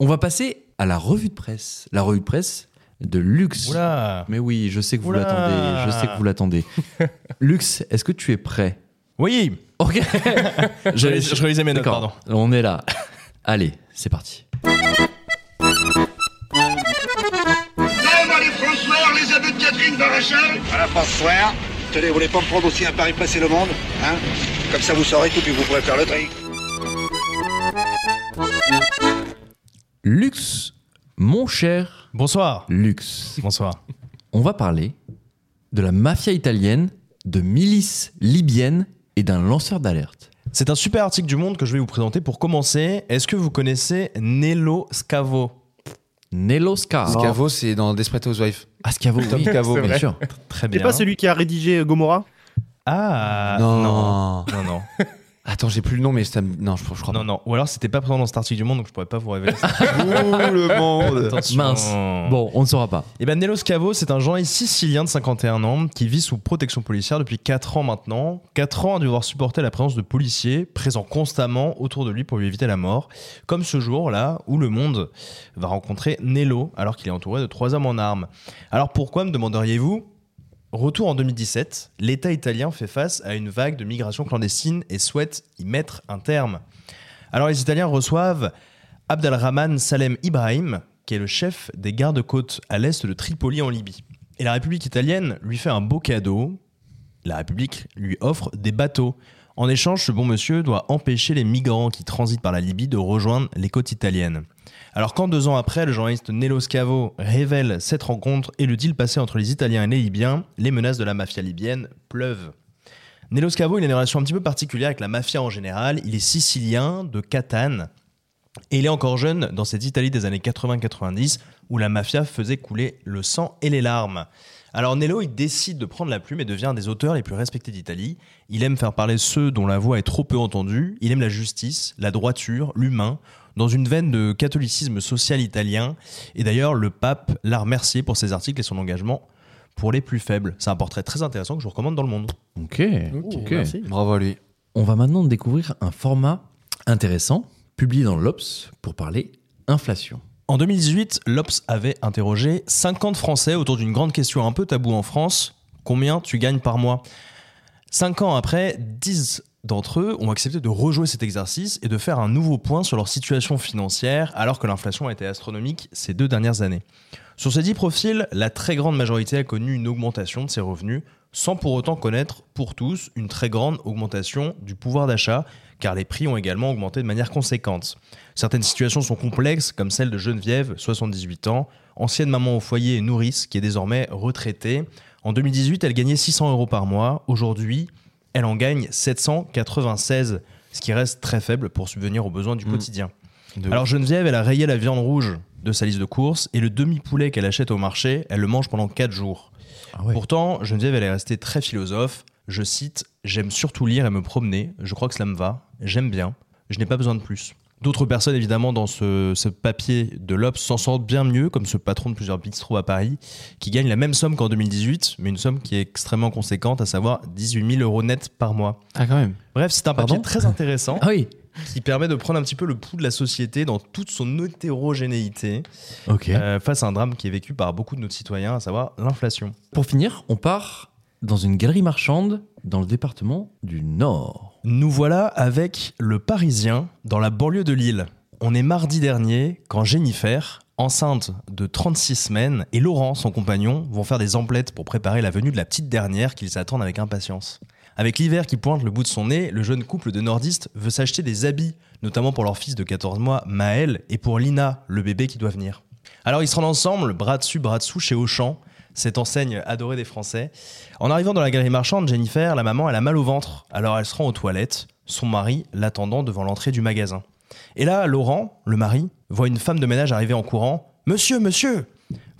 On va passer à la revue de presse. La revue de presse de Lux. Oula Mais oui, je sais que vous Oula. l'attendez. Je sais que vous l'attendez. Lux, est-ce que tu es prêt Oui Ok. je, relis- je relisais mes notes, pardon. D'accord. On est là. Allez, c'est parti. Même à les François, les abus de Catherine Barachal Voilà, François. Tenez, vous voulez pas me prendre aussi un pari passer le monde Hein Comme ça, vous saurez tout, puis vous pourrez faire le tri. Lux, mon cher Bonsoir Lux, Bonsoir. on va parler de la mafia italienne, de milices libyennes et d'un lanceur d'alerte. C'est un super article du Monde que je vais vous présenter pour commencer. Est-ce que vous connaissez Nello Scavo Nello Scavo. Scavo, c'est dans Desperate Housewives. Ah, Scavo, oui. Scavo, bien sûr. Très C'est bien. pas celui qui a rédigé euh, Gomorrah Ah non. non. Non, non. Attends, j'ai plus le nom, mais ça me- non, je, je crois Non, non. Ou alors c'était pas présent dans cet article du Monde, donc je pourrais pas vous révéler. ça. pas. le monde Attention. Mince. Bon, on ne saura pas. Eh ben, Nello Scavo, c'est un journaliste sicilien de 51 ans qui vit sous protection policière depuis 4 ans maintenant. 4 ans à devoir supporter la présence de policiers présents constamment autour de lui pour lui éviter la mort. Comme ce jour-là où le monde va rencontrer Nello alors qu'il est entouré de trois hommes en armes. Alors pourquoi me demanderiez-vous Retour en 2017, l'État italien fait face à une vague de migration clandestine et souhaite y mettre un terme. Alors les Italiens reçoivent Abdelrahman Salem Ibrahim, qui est le chef des gardes-côtes à l'est de Tripoli en Libye. Et la République italienne lui fait un beau cadeau. La République lui offre des bateaux. En échange, ce bon monsieur doit empêcher les migrants qui transitent par la Libye de rejoindre les côtes italiennes. Alors quand deux ans après, le journaliste Nello Scavo révèle cette rencontre et le deal passé entre les Italiens et les Libyens, les menaces de la mafia libyenne pleuvent. Nello Scavo il a une relation un petit peu particulière avec la mafia en général. Il est sicilien de Catane. Et il est encore jeune dans cette Italie des années 80-90 où la mafia faisait couler le sang et les larmes. Alors Nello, il décide de prendre la plume et devient un des auteurs les plus respectés d'Italie. Il aime faire parler ceux dont la voix est trop peu entendue. Il aime la justice, la droiture, l'humain, dans une veine de catholicisme social italien. Et d'ailleurs, le pape l'a remercié pour ses articles et son engagement pour les plus faibles. C'est un portrait très intéressant que je vous recommande dans le monde. Ok. Oh, merci. Bravo à lui. On va maintenant découvrir un format intéressant publié dans l'Obs pour parler inflation. En 2018, l'Obs avait interrogé 50 Français autour d'une grande question un peu taboue en France combien tu gagnes par mois Cinq ans après, 10 d'entre eux ont accepté de rejouer cet exercice et de faire un nouveau point sur leur situation financière alors que l'inflation a été astronomique ces deux dernières années. Sur ces 10 profils, la très grande majorité a connu une augmentation de ses revenus sans pour autant connaître pour tous une très grande augmentation du pouvoir d'achat car les prix ont également augmenté de manière conséquente. Certaines situations sont complexes comme celle de Geneviève, 78 ans, ancienne maman au foyer et nourrice qui est désormais retraitée. En 2018, elle gagnait 600 euros par mois. Aujourd'hui, elle en gagne 796, ce qui reste très faible pour subvenir aux besoins du quotidien. De Alors Geneviève, elle a rayé la viande rouge de sa liste de courses et le demi-poulet qu'elle achète au marché, elle le mange pendant 4 jours. Ah ouais. Pourtant, Geneviève, elle est restée très philosophe. Je cite J'aime surtout lire et me promener. Je crois que cela me va. J'aime bien. Je n'ai pas besoin de plus. D'autres personnes, évidemment, dans ce, ce papier de l'Obs s'en sortent bien mieux, comme ce patron de plusieurs bistrots à Paris, qui gagne la même somme qu'en 2018, mais une somme qui est extrêmement conséquente, à savoir 18 000 euros net par mois. Ah, quand même. Bref, c'est un papier Pardon très intéressant Ah oui. qui permet de prendre un petit peu le pouls de la société dans toute son hétérogénéité Ok. euh, face à un drame qui est vécu par beaucoup de nos citoyens, à savoir l'inflation. Pour finir, on part dans une galerie marchande dans le département du Nord. Nous voilà avec le Parisien dans la banlieue de Lille. On est mardi dernier quand Jennifer, enceinte de 36 semaines, et Laurent, son compagnon, vont faire des emplettes pour préparer la venue de la petite dernière qu'ils attendent avec impatience. Avec l'hiver qui pointe le bout de son nez, le jeune couple de nordistes veut s'acheter des habits, notamment pour leur fils de 14 mois, Maël, et pour Lina, le bébé qui doit venir. Alors ils se rendent ensemble, bras dessus, bras dessous, chez Auchan, cette enseigne adorée des Français. En arrivant dans la galerie marchande, Jennifer, la maman, elle a mal au ventre, alors elle se rend aux toilettes, son mari l'attendant devant l'entrée du magasin. Et là, Laurent, le mari, voit une femme de ménage arriver en courant. Monsieur, monsieur,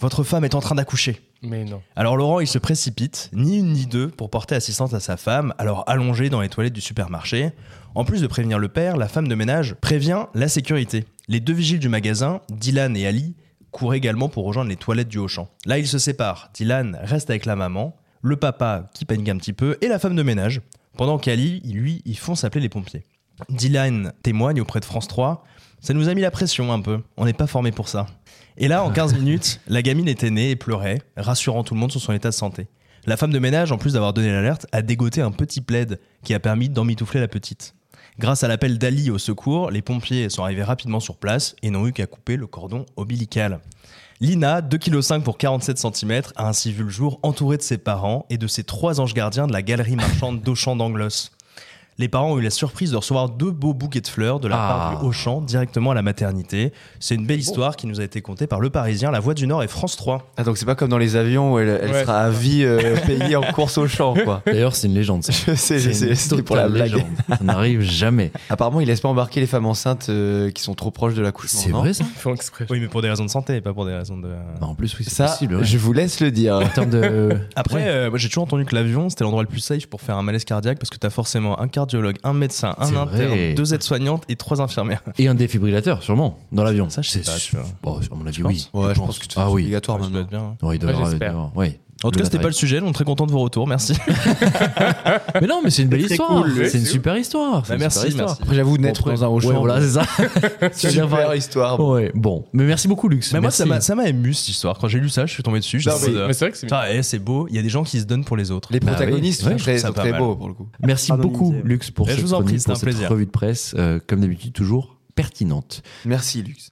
votre femme est en train d'accoucher. Mais non. Alors Laurent, il se précipite, ni une ni deux, pour porter assistance à sa femme, alors allongée dans les toilettes du supermarché. En plus de prévenir le père, la femme de ménage prévient la sécurité. Les deux vigiles du magasin, Dylan et Ali, courent également pour rejoindre les toilettes du Auchan. Là, ils se séparent. Dylan reste avec la maman, le papa qui panique un petit peu, et la femme de ménage, pendant qu'Ali, lui, ils font s'appeler les pompiers. Dylan témoigne auprès de France 3. Ça nous a mis la pression un peu. On n'est pas formé pour ça. Et là, en 15 minutes, la gamine était née et pleurait, rassurant tout le monde sur son état de santé. La femme de ménage, en plus d'avoir donné l'alerte, a dégoté un petit plaid qui a permis d'emmitoufler la petite. Grâce à l'appel d'Ali au secours, les pompiers sont arrivés rapidement sur place et n'ont eu qu'à couper le cordon ombilical. Lina, 2,5 kg pour 47 cm, a ainsi vu le jour entourée de ses parents et de ses trois anges gardiens de la galerie marchande d'Auchan d'Anglos. Les parents ont eu la surprise de recevoir deux beaux bouquets de fleurs de la part Ah. du Auchan directement à la maternité. C'est une belle histoire qui nous a été contée par Le Parisien, La Voix du Nord et France 3. Ah, donc c'est pas comme dans les avions où elle, elle Ouais. sera à vie euh, payée en course au champ, quoi. D'ailleurs, c'est une légende. ça. Je sais, je C'est sais, une c'était pour la totale blague. légende. Ça n'arrive jamais. Apparemment, il laisse pas embarquer les femmes enceintes euh, qui sont trop proches de l'accouchement. C'est non vrai ça Ils font exprès. Oui, mais pour des raisons de santé, pas pour des raisons de. Bah, En plus, oui, c'est Ça, possible. ouais. je vous laisse le dire. En termes de. Après, Ouais. euh, moi, j'ai toujours entendu que l'avion, c'était l'endroit le plus safe pour faire un malaise cardiaque parce que t'as forcément un cardiologue, un médecin, un C'est interne, vrai. Oh, deux aides-soignantes et trois infirmières. Et un défibrillateur, sûrement, dans l'avion. Ça, je sais C'est pas, sûr. tu vois. Bon, à mon avis, oui. Ouais, je pense que c'est Ah oui. obligatoire Ouais, ça doit maintenant. être bien, hein. Ouais, il doit y Ouais, avoir- j'espère. il doit y avoir- ouais. En tout Le cas, c'était pas le sujet, donc très content de vos retours, merci. Mais non, mais c'est une belle Très histoire. cool. c'est une super histoire. C'est Bah, une merci, super histoire. merci. Après, j'avoue, naître dans un haut Ouais, champ. voilà, c'est ça. Oh. super bien parlé. histoire. Ouais, bon. Mais merci beaucoup, Lux. Mais moi, Merci. ça m'a- ça m'a ému cette histoire. Quand j'ai lu ça, je suis tombé dessus. j'étais Non, en mais- mode, euh, Mais c'est vrai que c'est. Putain, eh, c'est beau, il y a des gens qui se donnent pour les autres. Les Bah oui, protagonistes ouais, sont je très, trouve ça sont pas très mal. beaux pour le coup. Merci Anonymisé. beaucoup, Lux, pour Eh, je cette vous en prie, chronique, c'était pour un cette plaisir. revue de presse. Euh, comme d'habitude, toujours pertinente. Merci, Lux.